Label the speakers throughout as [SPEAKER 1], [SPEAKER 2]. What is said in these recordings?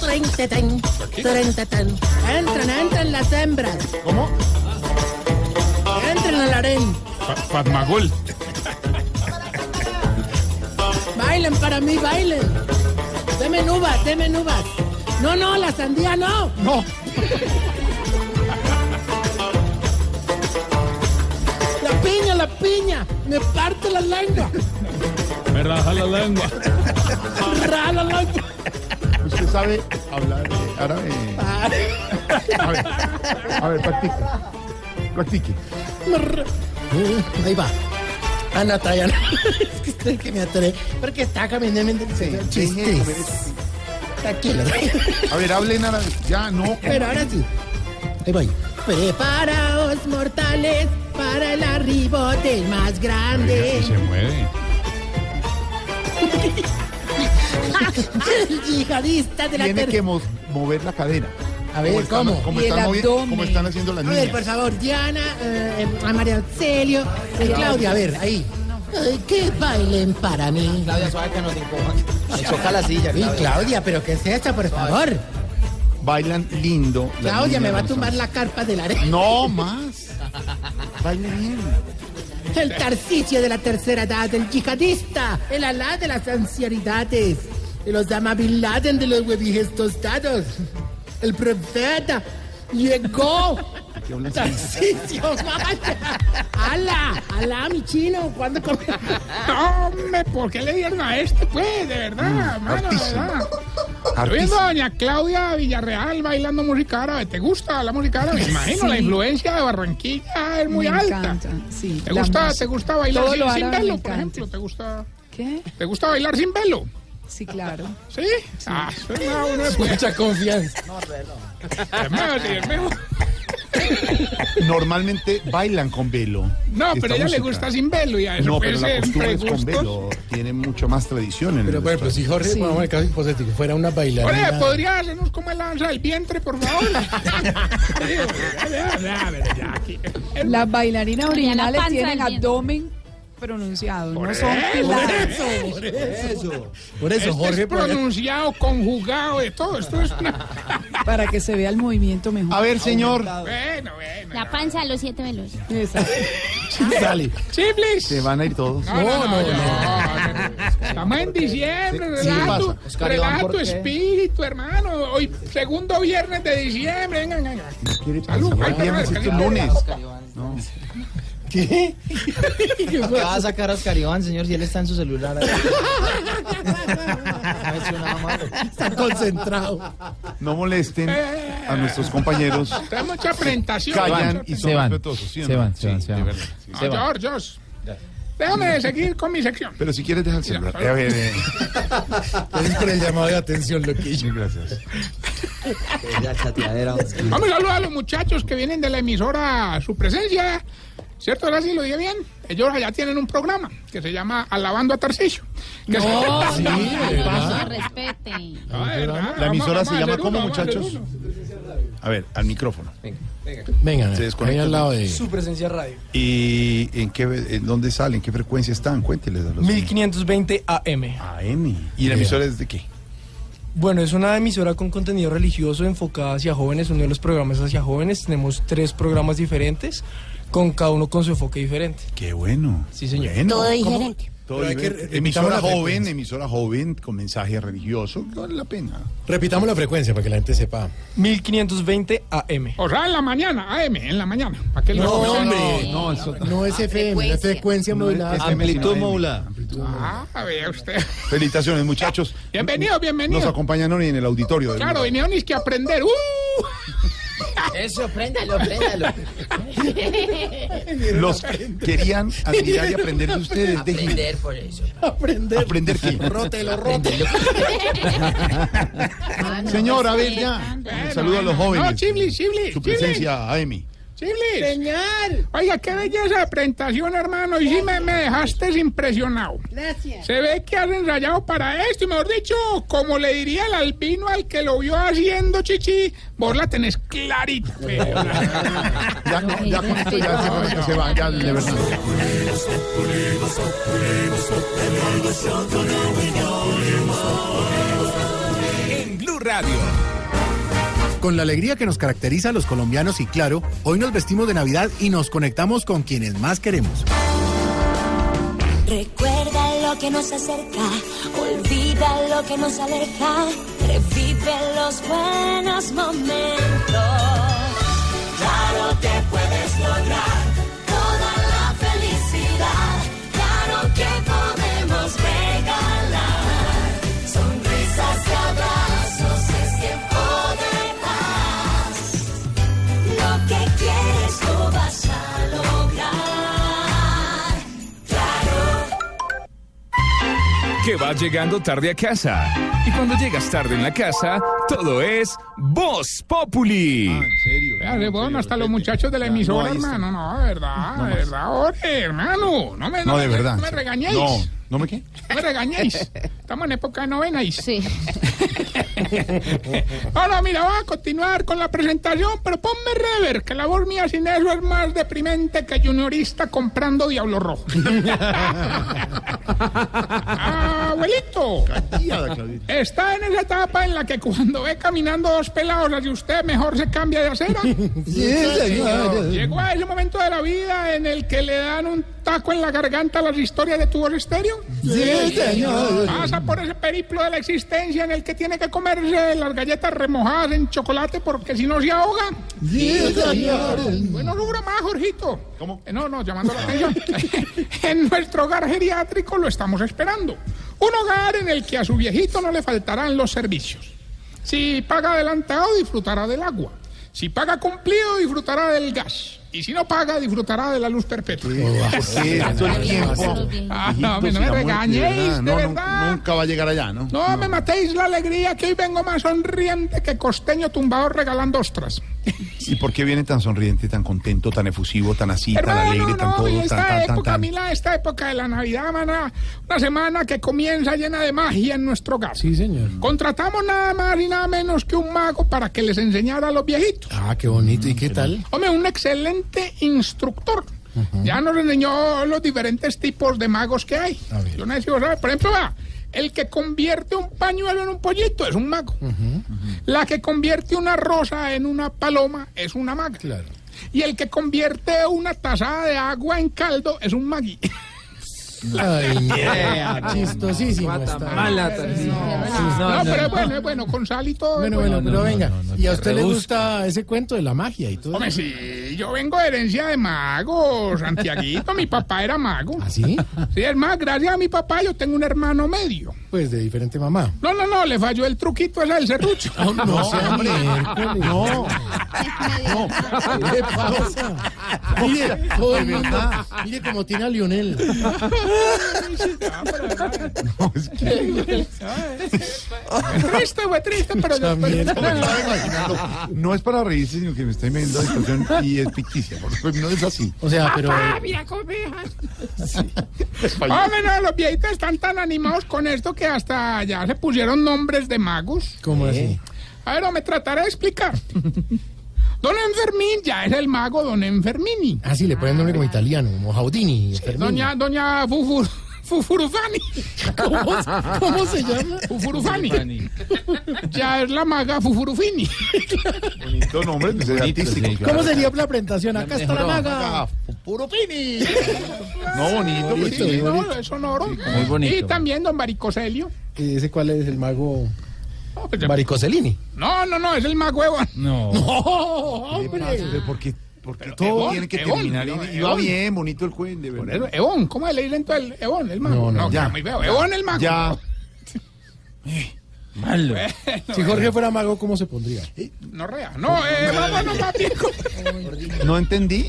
[SPEAKER 1] Trentetén, trentetén. Entren, entren las hembras.
[SPEAKER 2] ¿Cómo?
[SPEAKER 1] Entren al harén.
[SPEAKER 2] Fatmagol.
[SPEAKER 1] Bailen para mí, bailen. Demen uvas, demen uvas. No, no, la sandía no.
[SPEAKER 2] No.
[SPEAKER 1] La piña, la piña. Me parte la lengua.
[SPEAKER 3] Me raja la lengua.
[SPEAKER 1] Ra, la lengua.
[SPEAKER 2] Usted sabe hablar eh, árabe. A ver, a ver, practique. Practique.
[SPEAKER 1] Me re- Eh, Ahí va. Ah, Ana Tayana. es que estoy que me atoré. Porque está caminando en el
[SPEAKER 2] deje de comer
[SPEAKER 1] chistes. Tranquilo.
[SPEAKER 2] A ver, hablen árabe. Ya, no.
[SPEAKER 1] Pero ahora sí. Ahí voy. Preparaos, mortales, para el arribo del más grande.
[SPEAKER 3] Se mueve.
[SPEAKER 1] el yihadista de la
[SPEAKER 2] Tiene
[SPEAKER 1] ter-
[SPEAKER 2] que mo- mover la cadera.
[SPEAKER 1] A ver,
[SPEAKER 2] Como están-
[SPEAKER 1] ¿cómo?
[SPEAKER 2] Como
[SPEAKER 1] Y
[SPEAKER 2] están,
[SPEAKER 1] el
[SPEAKER 2] movi-
[SPEAKER 1] abdomen.
[SPEAKER 2] como están haciendo las
[SPEAKER 1] A ver, por
[SPEAKER 2] niñas.
[SPEAKER 1] favor, Diana, eh, eh, a María Auxelio, eh, Claudia, a ver, ahí. Ay, que bailen para mí.
[SPEAKER 4] Claudia, suave que nos incomoda. Choca la silla,
[SPEAKER 1] Sí,
[SPEAKER 4] Claudia.
[SPEAKER 1] Claudia, pero ¿qué es esto, por favor?
[SPEAKER 2] Bailan lindo. las
[SPEAKER 1] Claudia,
[SPEAKER 2] niñas
[SPEAKER 1] me va a
[SPEAKER 2] cuando
[SPEAKER 1] tumbar
[SPEAKER 2] están-
[SPEAKER 1] la carpa del arena.
[SPEAKER 2] No más. Baile bien.
[SPEAKER 1] El tarcicio de la tercera edad, el yihadista, el alá de las ancianidades, de los amabiladen de los huevijes tostados, el profeta llegó. Tarcicio, vaya. Ala, ala, mi chino, ¿cuándo come?
[SPEAKER 5] Hombre, ¿por qué le dieron a este, pues? De verdad, mano, de
[SPEAKER 2] artísimo.
[SPEAKER 5] verdad. Estoy viendo
[SPEAKER 2] Artista.
[SPEAKER 5] a doña Claudia Villarreal bailando música árabe. ¿Te gusta la música árabe? Me imagino, la influencia de Barranquilla es muy
[SPEAKER 6] me
[SPEAKER 5] alta.
[SPEAKER 6] encanta, sí.
[SPEAKER 5] ¿Te
[SPEAKER 6] La
[SPEAKER 5] gusta,
[SPEAKER 6] música.
[SPEAKER 5] ¿Te gusta bailar
[SPEAKER 6] Todo
[SPEAKER 5] sin,
[SPEAKER 6] lo
[SPEAKER 5] sin
[SPEAKER 6] árabe me
[SPEAKER 5] velo, por
[SPEAKER 6] encanta.
[SPEAKER 5] ejemplo? ¿Te gusta,
[SPEAKER 6] ¿Qué?
[SPEAKER 5] ¿Te gusta bailar sin velo?
[SPEAKER 6] Sí, claro.
[SPEAKER 5] ¿Sí? Ah, eso es una- una-
[SPEAKER 1] Mucha confianza.
[SPEAKER 5] es mejor, sí, es mejor.
[SPEAKER 2] Normalmente bailan con velo.
[SPEAKER 5] No,
[SPEAKER 2] esta
[SPEAKER 5] pero a ella le
[SPEAKER 2] música.
[SPEAKER 5] gusta sin velo y a eso
[SPEAKER 2] No,
[SPEAKER 5] puede
[SPEAKER 2] pero la
[SPEAKER 5] ser
[SPEAKER 2] costumbre es con
[SPEAKER 5] pues, eh, gustos.
[SPEAKER 2] velo. Tiene mucho más tradición en
[SPEAKER 7] Pero
[SPEAKER 2] el
[SPEAKER 7] por
[SPEAKER 1] pues,
[SPEAKER 7] ejemplo, si Jorge,
[SPEAKER 6] Sí.
[SPEAKER 7] vamos al caso hipotético, fuera una
[SPEAKER 5] Oye,
[SPEAKER 7] bailarina.
[SPEAKER 5] ¿podría hacernos como la danza del vientre, por favor? Te digo, ya, ya, ya, ya, ya, aquí.
[SPEAKER 6] Las bailarinas originales
[SPEAKER 8] panza
[SPEAKER 6] tienen
[SPEAKER 8] del vientre.
[SPEAKER 6] abdomen pronunciado, no
[SPEAKER 5] eso,
[SPEAKER 6] son pilates.
[SPEAKER 7] Por eso, por eso
[SPEAKER 5] Esto
[SPEAKER 7] Jorge,
[SPEAKER 5] Este es
[SPEAKER 7] por ejemplo,
[SPEAKER 5] pronunciado, conjugado, de todo. Esto es una...
[SPEAKER 6] Para que se vea el movimiento mejor.
[SPEAKER 2] A ver, señor.
[SPEAKER 5] Bueno, bueno.
[SPEAKER 8] La panza de los siete melos.
[SPEAKER 6] Exacto.
[SPEAKER 7] sale.
[SPEAKER 5] Chiflis.
[SPEAKER 2] Se van a ir todos.
[SPEAKER 5] No, no, no, no, no. Estamos en diciembre,
[SPEAKER 7] Sí, sí
[SPEAKER 5] relaja tu,
[SPEAKER 7] pasa.
[SPEAKER 4] Oscar Iván,
[SPEAKER 5] relaja
[SPEAKER 4] ¿por
[SPEAKER 5] tu
[SPEAKER 4] qué?
[SPEAKER 5] espíritu, hermano. Hoy, segundo viernes de diciembre. Venga, venga, venga.
[SPEAKER 2] ¿Quiere
[SPEAKER 5] Salud,
[SPEAKER 2] pasar?
[SPEAKER 5] falta
[SPEAKER 2] Viernes,
[SPEAKER 5] más,
[SPEAKER 2] este
[SPEAKER 5] caliente.
[SPEAKER 2] lunes.
[SPEAKER 4] Oscar Iván.
[SPEAKER 7] ¿Qué?
[SPEAKER 4] Acaba de sacar a Oscar Iván, señor, si él está en su celular. ahí. No ha hecho nada malo.
[SPEAKER 7] Está concentrado.
[SPEAKER 2] No molesten a nuestros compañeros.
[SPEAKER 5] Está Eh, mucha presentación.
[SPEAKER 2] Callan
[SPEAKER 5] mucha
[SPEAKER 2] y son
[SPEAKER 9] Se van.
[SPEAKER 2] respetuosos. ¿sí o
[SPEAKER 9] Se
[SPEAKER 2] no?
[SPEAKER 9] van, se
[SPEAKER 2] Sí,
[SPEAKER 9] van, se
[SPEAKER 2] de
[SPEAKER 9] van.
[SPEAKER 2] verdad, sí.
[SPEAKER 5] presentación. No, George, George. Déjame seguir con mi sección.
[SPEAKER 2] Pero si quieres, deja el celular.
[SPEAKER 5] Mira,
[SPEAKER 2] A ver, eh,
[SPEAKER 7] Es por el llamado de atención,
[SPEAKER 2] sí,
[SPEAKER 7] loquillo.
[SPEAKER 2] gracias.
[SPEAKER 4] Pues Ya chateadera. hombre.
[SPEAKER 5] Vamos a saludar a los muchachos que vienen de la emisora Su Presencia. ¿Cierto? Ahora sí lo dije bien. Ellos allá tienen un programa que se llama Alabando a Tarcisio. No, sí,
[SPEAKER 8] Pasa. Respeten.
[SPEAKER 2] La emisora se llama ¿cómo, muchachos? A ver, al micrófono.
[SPEAKER 7] Venga,
[SPEAKER 2] Se
[SPEAKER 7] ahí
[SPEAKER 2] desconecta.
[SPEAKER 7] al lado de.
[SPEAKER 4] Su presencia radio.
[SPEAKER 2] ¿Y en qué en dónde salen? ¿Qué frecuencia están? Cuénteles a los
[SPEAKER 4] 1520 AM.
[SPEAKER 2] AM. ¿Y la emisora es de qué?
[SPEAKER 4] Bueno, es una emisora con contenido religioso enfocada hacia jóvenes, uno de los programas hacia jóvenes. Tenemos tres programas diferentes, con cada uno con su enfoque diferente.
[SPEAKER 2] Qué bueno.
[SPEAKER 4] Sí, señor.
[SPEAKER 2] Bueno.
[SPEAKER 8] diferente.
[SPEAKER 2] Todo
[SPEAKER 7] Pero hay
[SPEAKER 2] bien.
[SPEAKER 7] que-
[SPEAKER 2] emisora
[SPEAKER 7] repitamos la
[SPEAKER 2] joven,
[SPEAKER 7] frecuencia.
[SPEAKER 2] emisora joven con mensaje religioso. Vale la pena.
[SPEAKER 7] Repitamos la frecuencia para que la gente sepa.
[SPEAKER 4] 1520 AM.
[SPEAKER 5] O sea, en la mañana, AM, en la mañana. ¿Para qué le
[SPEAKER 7] No,
[SPEAKER 5] vamos a-
[SPEAKER 7] hombre.
[SPEAKER 2] Oh, No, eso
[SPEAKER 7] No es FM, no es frecuencia modulada.
[SPEAKER 2] Amplitud modulada.
[SPEAKER 5] Ah, vea usted.
[SPEAKER 2] Felicitaciones, muchachos.
[SPEAKER 5] Bienvenidos, bienvenidos.
[SPEAKER 2] Nos acompañan hoy en el auditorio. del
[SPEAKER 5] Claro,
[SPEAKER 2] Mirador.
[SPEAKER 5] vinieron es que a aprender. ¡Uh!
[SPEAKER 9] Eso, préndalo, préndalo.
[SPEAKER 2] Los querían admirar y aprender de ustedes. déjenme.
[SPEAKER 9] Aprender por eso.
[SPEAKER 2] Aprender. Aprender qué.
[SPEAKER 9] Rótelo,
[SPEAKER 2] rótelo.
[SPEAKER 7] Ah,
[SPEAKER 2] Señor, a ver ya. Un saludo a los jóvenes.
[SPEAKER 5] No, chibli, chibli.
[SPEAKER 2] Su
[SPEAKER 5] chibli.
[SPEAKER 2] presencia, Aemi.
[SPEAKER 5] Chiblis. Señor. Oiga, qué belleza de presentación, hermano. Y sí me, me dejaste impresionado.
[SPEAKER 1] Gracias.
[SPEAKER 5] Se ve que has ensayado para esto. Y mejor dicho, como le diría el albino al que lo vio haciendo chichi, vos la tenés clarita. pero-
[SPEAKER 2] Ya, con- ya con esto ya se, con esto se va, ya de verdad.
[SPEAKER 10] En Blue Radio.
[SPEAKER 7] Con la alegría que nos caracteriza a los colombianos y claro, hoy nos vestimos de Navidad y nos conectamos con quienes más queremos.
[SPEAKER 11] Recuerda lo que nos acerca, olvida lo que nos aleja, revive los buenos momentos. Claro que puedes lograr toda la felicidad, claro que podemos regalar sonrisas y abrazos, es tiempo de paz. Lo que quieres lo vas a lograr, claro.
[SPEAKER 10] Que va llegando tarde a casa. Y cuando llegas tarde en la casa, todo es Voz Populi.
[SPEAKER 2] Ah,
[SPEAKER 5] Vea, se fueron hasta
[SPEAKER 2] eh,
[SPEAKER 5] los muchachos de la emisora,
[SPEAKER 10] ahí está.
[SPEAKER 5] hermano. No, de verdad, de verdad, Jorge, hermano. No me,
[SPEAKER 2] No, de
[SPEAKER 5] me-
[SPEAKER 2] verdad.
[SPEAKER 5] no me regañéis.
[SPEAKER 2] No,
[SPEAKER 5] No.
[SPEAKER 2] ¿no me qué?
[SPEAKER 5] me regañéis. Estamos en época de novenas. Sí. Ahora, mira, voy a continuar con la presentación, pero ponme rever, que la voz mía sin eso es más deprimente que juniorista comprando Diablo Rojo. Abuelito. Está en esa etapa en la que cuando ve caminando dos pelados hacia usted, mejor se cambia de acera.
[SPEAKER 4] señor.
[SPEAKER 5] Llegó a ese momento de la vida en el que le dan un taco en la garganta a las historias de tubos estéreo.
[SPEAKER 4] Sí, señor.
[SPEAKER 5] Pasa por ese periplo de la existencia en el que tiene que comerse las galletas remojadas en chocolate porque si no se ahoga.
[SPEAKER 4] Sí, señor.
[SPEAKER 5] Bueno, logra más, Jorgito. ¿Cómo? No, no, llamando la atención. en nuestro hogar geriátrico lo estamos esperando. Un hogar en el que a su viejito no le faltarán los servicios. Si paga adelantado, disfrutará del agua. Si paga cumplido, disfrutará del gas. Y si no paga, disfrutará de la luz perpetua.
[SPEAKER 2] Sí, todo el tiempo.
[SPEAKER 5] Ah,
[SPEAKER 2] Hijitos,
[SPEAKER 5] no, me- no me
[SPEAKER 2] la muerte,
[SPEAKER 5] regañéis,
[SPEAKER 2] No,
[SPEAKER 5] de
[SPEAKER 2] no,
[SPEAKER 5] verdad.
[SPEAKER 2] Nunca va a llegar allá, ¿no?
[SPEAKER 5] No, me matéis la alegría que hoy vengo más sonriente que costeño tumbado regalando ostras.
[SPEAKER 2] ¿Y por qué viene tan sonriente, tan contento, tan efusivo, tan así, tan alegre, tan
[SPEAKER 5] no, y
[SPEAKER 2] todo, tan,
[SPEAKER 5] esta
[SPEAKER 2] tan, tan,
[SPEAKER 5] época,
[SPEAKER 2] tan?
[SPEAKER 5] Mila, esta época de la Navidad, maná, una semana que comienza llena de magia en nuestro hogar. Sí,
[SPEAKER 7] señor.
[SPEAKER 5] Contratamos nada más y nada menos que un mago para que les enseñara a los viejitos.
[SPEAKER 7] Ah, qué bonito. ¿Y qué tal?
[SPEAKER 5] Hombre, un excelente instructor. Ya nos enseñó los diferentes tipos de magos que hay. Yo no sé si vos sabes, por ejemplo, va, el que convierte un pañuelo en un pollito es un mago. La que convierte una rosa en una paloma es una maga. Y el que convierte una tazada de agua en caldo es un magui.
[SPEAKER 7] Ay,
[SPEAKER 5] Yeah,
[SPEAKER 7] no. Chistosísimo. está.
[SPEAKER 5] No,
[SPEAKER 7] no,
[SPEAKER 5] pero
[SPEAKER 7] no.
[SPEAKER 5] es bueno, es bueno, con sal y todo. pues.
[SPEAKER 7] Bueno,
[SPEAKER 5] es
[SPEAKER 7] bueno, pero venga. ¿Y a
[SPEAKER 5] te
[SPEAKER 7] usted le
[SPEAKER 5] rebusca.
[SPEAKER 7] gusta ese cuento de la magia y todo?
[SPEAKER 5] Hombre, sí, yo vengo de herencia de magos, Santiaguito, mi papá era mago. ¿Ah,
[SPEAKER 7] sí?
[SPEAKER 5] Sí, es más, gracias a mi papá yo tengo un hermano medio.
[SPEAKER 7] Pues de diferente mamá.
[SPEAKER 5] No, no, no, le falló el truquito ese del serrucho.
[SPEAKER 7] no, sea
[SPEAKER 2] miércoles. No.
[SPEAKER 7] No, ¿qué pasa? Mire, todo el mundo, mire cómo tiene a Lionel.
[SPEAKER 5] triste, güey, triste, pero después...
[SPEAKER 2] No es para reírse, sino que me estoy inventando la situación y es ficticia, porque no es así.
[SPEAKER 7] O sea, pero... eh,
[SPEAKER 5] Papá, mira cómo me dejas. Hombre, no, Ah, los viejitos están tan animados con esto que hasta ya se pusieron nombres de magos.
[SPEAKER 7] ¿Cómo así?
[SPEAKER 5] A ver, me trataré de explicar. Don Enfermín ya es el mago Don Enfermini.
[SPEAKER 7] Ah, sí, le ponen nombre como italiano, como Jaudini. Fermín.
[SPEAKER 5] Doña, doña Fufu- Fufurufani.
[SPEAKER 7] ¿Cómo se- cómo se llama?
[SPEAKER 5] Fufurufani. ya es la maga Fufurufini.
[SPEAKER 2] Bonito nombre, pues, es artístico. claro.
[SPEAKER 7] ¿Cómo sería la presentación? Acá está la maga.
[SPEAKER 2] Puro pini. No, bonito, pues,
[SPEAKER 7] Bonito,
[SPEAKER 2] sí.
[SPEAKER 7] muy
[SPEAKER 5] No,
[SPEAKER 7] bonito.
[SPEAKER 5] es sonoro.
[SPEAKER 7] muy bonito.
[SPEAKER 5] Y también Don Baricoselio.
[SPEAKER 7] ¿Y ¿Ese cuál es el mago?
[SPEAKER 5] No, pues,
[SPEAKER 7] Baricoselini.
[SPEAKER 5] No, no, no, es el mago Evan.
[SPEAKER 7] No.
[SPEAKER 2] Hombre, porque, porque todo
[SPEAKER 5] Egon,
[SPEAKER 2] tiene que
[SPEAKER 5] Egon,
[SPEAKER 2] terminar
[SPEAKER 5] no,
[SPEAKER 2] y, y va
[SPEAKER 5] Egon.
[SPEAKER 2] bien, bonito el cuento, de
[SPEAKER 5] Pero
[SPEAKER 2] verdad.
[SPEAKER 5] Eón, ¿cómo le dicen todo el Eón, el mago?
[SPEAKER 2] No, no,
[SPEAKER 5] que
[SPEAKER 2] ya.
[SPEAKER 5] era muy feo. Eón, el mago.
[SPEAKER 2] Ya.
[SPEAKER 12] Malo.
[SPEAKER 5] Bueno,
[SPEAKER 12] si Jorge fuera mago, ¿cómo se pondría?
[SPEAKER 5] No rea. No, eh, vámonos más bien con-
[SPEAKER 2] No entendí.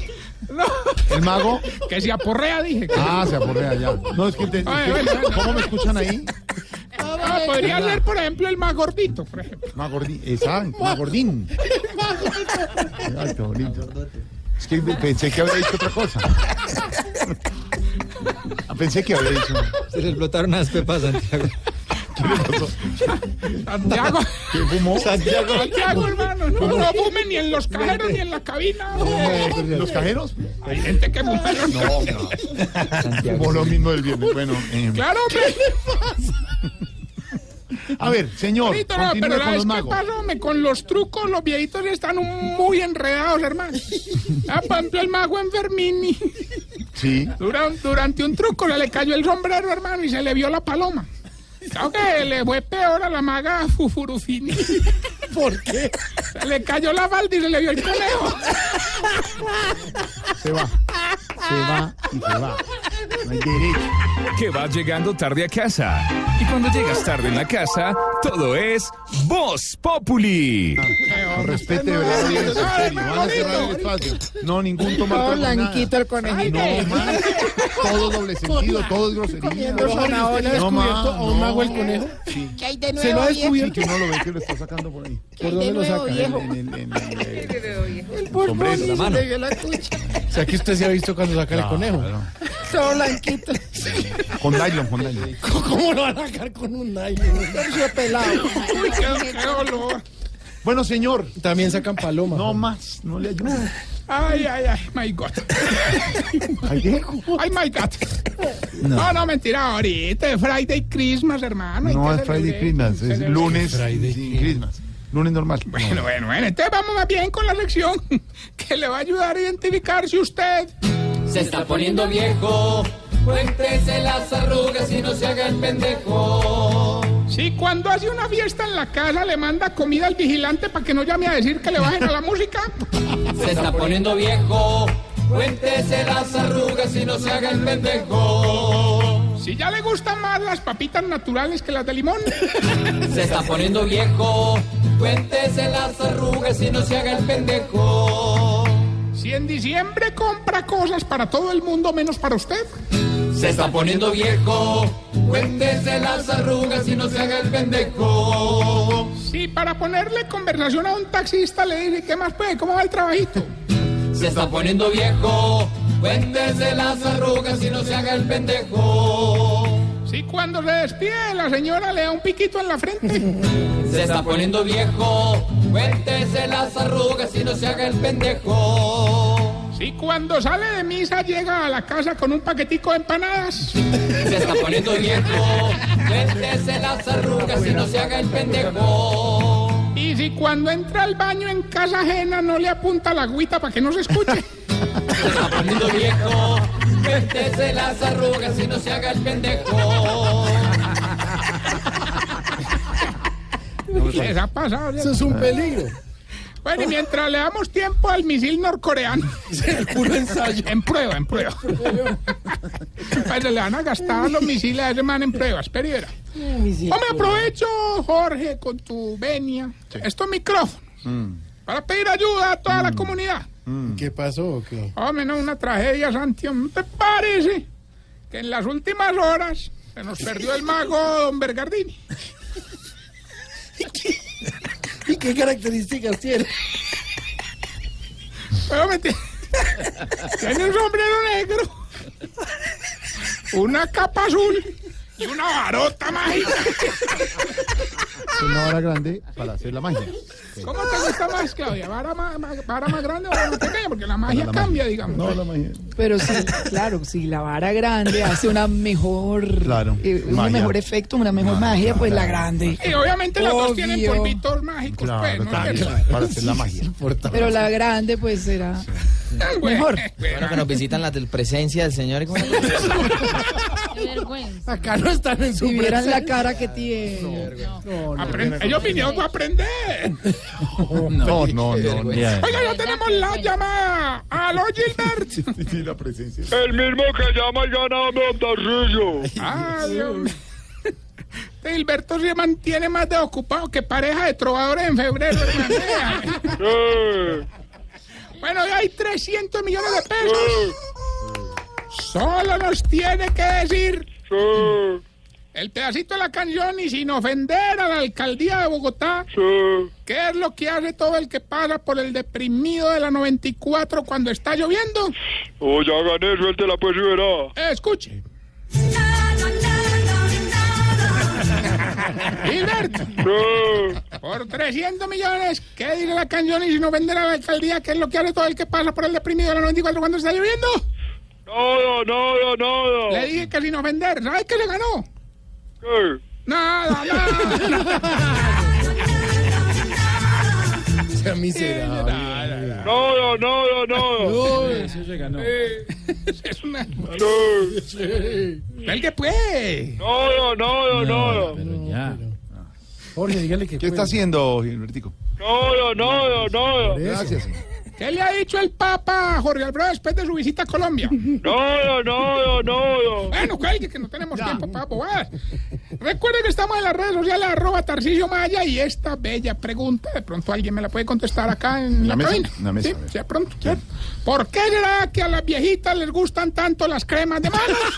[SPEAKER 2] ¿El mago?
[SPEAKER 5] Que se aporrea, dije.
[SPEAKER 2] Ah, se aporrea ya. No, es que, te-
[SPEAKER 5] Ay,
[SPEAKER 2] es que-
[SPEAKER 5] bueno, no.
[SPEAKER 2] ¿cómo me escuchan ahí? eh,
[SPEAKER 5] Ah, podría ser, por ejemplo, el más gordito. por ejemplo.
[SPEAKER 2] Más gordín. Exacto, más gordín. Exacto, bonito. Es que pensé que había dicho otra cosa. Ah, Pensé que había dicho.
[SPEAKER 12] Se le explotaron las pepas, Santiago.
[SPEAKER 5] Santiago.
[SPEAKER 2] ¿Qué fumó?
[SPEAKER 12] Santiago.
[SPEAKER 5] Santiago, hermano, no, no fume ni en los cajeros ni en la cabina.
[SPEAKER 2] ¿Los cajeros?
[SPEAKER 5] Hay gente que fuma en los cajeros.
[SPEAKER 2] Fumó lo mismo del viernes. Bueno, eh,
[SPEAKER 5] Claro, hombre.
[SPEAKER 2] a ver, señor,
[SPEAKER 5] Ahorita no,
[SPEAKER 2] continúe
[SPEAKER 5] pero la
[SPEAKER 2] con
[SPEAKER 5] vez
[SPEAKER 2] los
[SPEAKER 5] que
[SPEAKER 2] magos.
[SPEAKER 5] pasa, hombre, con los trucos, los viejitos están un- muy enredados, hermano. Ah, por ejemplo, el mago Enfermini.
[SPEAKER 2] Sí.
[SPEAKER 5] Dura- durante un truco le, le cayó el sombrero, hermano, y se le vio la paloma. Claro que le fue peor a la maga Fufurufini. ¿Por qué? Se le cayó la balda y se le vio el conejo.
[SPEAKER 2] Se va. Se va y se va. No hay derecho.
[SPEAKER 10] Que va llegando tarde a casa. Y cuando llegas tarde en la casa, todo es Voz Populi.
[SPEAKER 2] Respete de verdad. la audiencia, en serio, van a cerrar el espacio. No, ningún tomate.
[SPEAKER 9] Todo blanquito
[SPEAKER 2] el conejo. No, más. Todo doble sentido, todo es grosería.
[SPEAKER 9] Comiendo
[SPEAKER 12] zanahoria.
[SPEAKER 2] No, más.
[SPEAKER 12] ¿A un mago el conejo?
[SPEAKER 9] ¿Qué hay de
[SPEAKER 12] Se lo
[SPEAKER 9] nuevo,
[SPEAKER 12] ha
[SPEAKER 9] viejo?
[SPEAKER 2] Sí,
[SPEAKER 12] descubierto.
[SPEAKER 2] que uno lo ve que lo está sacando por ahí.
[SPEAKER 12] ¿Por dónde lo saca?
[SPEAKER 2] eh,
[SPEAKER 9] El
[SPEAKER 12] Sombrero,
[SPEAKER 9] pulmón
[SPEAKER 12] la mano.
[SPEAKER 9] le vio la cucha.
[SPEAKER 12] O sea, que usted se ha visto cuando saca el
[SPEAKER 2] Claro.
[SPEAKER 12] conejo.
[SPEAKER 9] Todo blanquito.
[SPEAKER 2] Con nylon, con nylon.
[SPEAKER 12] ¿Cómo lo van a sacar con un nylon?
[SPEAKER 9] pelado.
[SPEAKER 5] Uy, qué, qué olor.
[SPEAKER 2] Bueno, señor.
[SPEAKER 12] También sacan paloma.
[SPEAKER 2] No más, no le ayuda.
[SPEAKER 5] Ay, ay, ay, my God.
[SPEAKER 2] Ay, ¿qué?
[SPEAKER 5] Ay, my God. No, no, mentira, ahorita es Friday Christmas, hermano. hay
[SPEAKER 2] No
[SPEAKER 5] que
[SPEAKER 2] es Friday
[SPEAKER 5] celebrar.
[SPEAKER 2] Christmas, es
[SPEAKER 5] Celebrar.
[SPEAKER 2] lunes sin Christmas. Lunes normal.
[SPEAKER 5] Bueno, bueno, bueno, entonces vamos más bien con la lección que le va a ayudar a identificar si usted...
[SPEAKER 13] Se está poniendo viejo. Cuéntese las arrugas y no se haga el pendejo.
[SPEAKER 5] Si cuando hace una fiesta en la casa le manda comida al vigilante para que no llame a decir que le bajen a la música.
[SPEAKER 13] Se está poniendo viejo. Cuéntese las arrugas y no se haga el pendejo.
[SPEAKER 5] Si ya le gustan más las papitas naturales que las de limón.
[SPEAKER 13] Se está poniendo viejo. Cuéntese las arrugas y no se haga el pendejo.
[SPEAKER 5] Si en diciembre compra cosas para todo el mundo menos para usted.
[SPEAKER 13] Se está poniendo viejo. Cuéntese las arrugas y no se haga el pendejo.
[SPEAKER 5] Si para ponerle conversación a un taxista le dice, ¿qué más puede? ¿Cómo va el trabajito?
[SPEAKER 13] Se está poniendo viejo. Cuéntese las arrugas y no se haga el pendejo.
[SPEAKER 5] Si cuando se despide la señora le da un piquito en la frente.
[SPEAKER 13] Se está poniendo viejo. Cuéntese las arrugas y no se haga el pendejo.
[SPEAKER 5] Si cuando sale de misa llega a la casa con un paquetico de empanadas.
[SPEAKER 13] Se está poniendo viejo. Cuéntese las arrugas y no se haga el pendejo.
[SPEAKER 5] Y si cuando entra al baño en casa ajena no le apunta la agüita para que no se escuche.
[SPEAKER 13] Se está poniendo viejo. Cuéntese las arrugas y no se haga el pendejo.
[SPEAKER 5] Les ha pasado. ya.
[SPEAKER 12] Eso es un
[SPEAKER 14] Ah.
[SPEAKER 12] peligro.
[SPEAKER 5] Bueno, y mientras le damos tiempo al misil norcoreano.
[SPEAKER 12] El puro ensayo.
[SPEAKER 5] En prueba, en prueba. Bueno, le van a gastar los misiles a ese man en pruebas, espera y verá. Hombre, aprovecho, Jorge, con tu venia, estos micrófonos, para pedir ayuda a toda la comunidad.
[SPEAKER 12] ¿Qué pasó o qué?
[SPEAKER 5] Hombre, no, una tragedia, Santiago. ¿No te parece que en las últimas horas se nos perdió el mago Don Bergardini?
[SPEAKER 12] ¿Y qué características tiene?
[SPEAKER 5] Pero me tie- tiene un sombrero negro, una capa azul y una varota mágica.
[SPEAKER 2] Es una hora grande para hacer la magia.
[SPEAKER 5] ¿Cómo te gusta más, Claudia? ¿Vara más, más- vara más grande o vara más pequeña? Porque la magia
[SPEAKER 2] la
[SPEAKER 5] cambia, digamos.
[SPEAKER 2] No, la magia.
[SPEAKER 6] Pero sí, claro, si la vara grande hace una mejor,
[SPEAKER 2] Claro,
[SPEAKER 6] eh, un
[SPEAKER 2] magia.
[SPEAKER 6] mejor efecto, una mejor magia, pues la grande.
[SPEAKER 5] Y obviamente las dos
[SPEAKER 6] Obvio.
[SPEAKER 5] tienen polvitos mágicos, pues,
[SPEAKER 2] Claro,
[SPEAKER 5] ¿no es
[SPEAKER 2] claro,
[SPEAKER 5] cierto?
[SPEAKER 2] para hacer la magia.
[SPEAKER 6] Pero la grande, pues será.
[SPEAKER 5] Bueno,
[SPEAKER 6] Mejor.
[SPEAKER 5] bueno.
[SPEAKER 14] Bueno, que nos visitan las del presencia del señor.
[SPEAKER 8] Qué vergüenza.
[SPEAKER 12] Acá no están en su
[SPEAKER 6] Si vieran la
[SPEAKER 12] presencia.
[SPEAKER 6] cara que tiene. No, no.
[SPEAKER 5] Aprende- Ellos vinieron para aprender.
[SPEAKER 2] No, no, no. no.
[SPEAKER 5] Oiga, ya tenemos la llamada. ¡Aló, Gilbert!
[SPEAKER 2] Sí, sí, la presencia.
[SPEAKER 15] El mismo que llama y gana a Tarcillo.
[SPEAKER 5] Ah, Dios. Gilberto se mantiene más de ocupado que pareja de trovadores en febrero, hermano. bueno, ya hay 300 millones de pesos. Solo nos tiene que decir el pedacito de la canción y sin ofender a la alcaldía de Bogotá. ¿Qué es lo que hace todo el que pasa por el deprimido de la 94 cuando está lloviendo?
[SPEAKER 15] Oh, ya gané, suéltela pues y verá.
[SPEAKER 5] Escuche. Gilberto. Por 300 millones, ¿qué dice la canción y si no vender a la alcaldía? ¿Qué es lo que hace todo el que pasa por el deprimido de la 94 cuando está lloviendo?
[SPEAKER 15] No, no, no, no.
[SPEAKER 5] Le dije que sin ofender. ¿Sabes qué le ganó? ¿Qué? Nada, nada.
[SPEAKER 12] Sea miserable.
[SPEAKER 15] No, no, no, no.
[SPEAKER 12] No, eso ya ganó.
[SPEAKER 5] Es una...
[SPEAKER 12] Sí.
[SPEAKER 5] Venga, pues.
[SPEAKER 15] No, no, no, no.
[SPEAKER 12] Jorge, dígale que.
[SPEAKER 2] ¿Qué está haciendo, Gilbertico?
[SPEAKER 15] No, no, no, no.
[SPEAKER 2] Gracias.
[SPEAKER 5] ¿Qué le ha dicho el Papa a Jorge Alfredo después de su visita a Colombia?
[SPEAKER 15] No, no, no, no.
[SPEAKER 5] Bueno, cuelgue, que no tenemos tiempo para bobadas. Recuerden que estamos en las redes sociales, arroba Tarcisio Maya, y esta bella pregunta, de pronto alguien me la puede contestar acá en la,
[SPEAKER 2] La mesa,
[SPEAKER 5] cabina.
[SPEAKER 2] la mesa,
[SPEAKER 5] Sí,
[SPEAKER 2] a ver.
[SPEAKER 5] sí, de pronto. sí. ¿Por qué será que a las viejitas les gustan tanto las cremas de manos?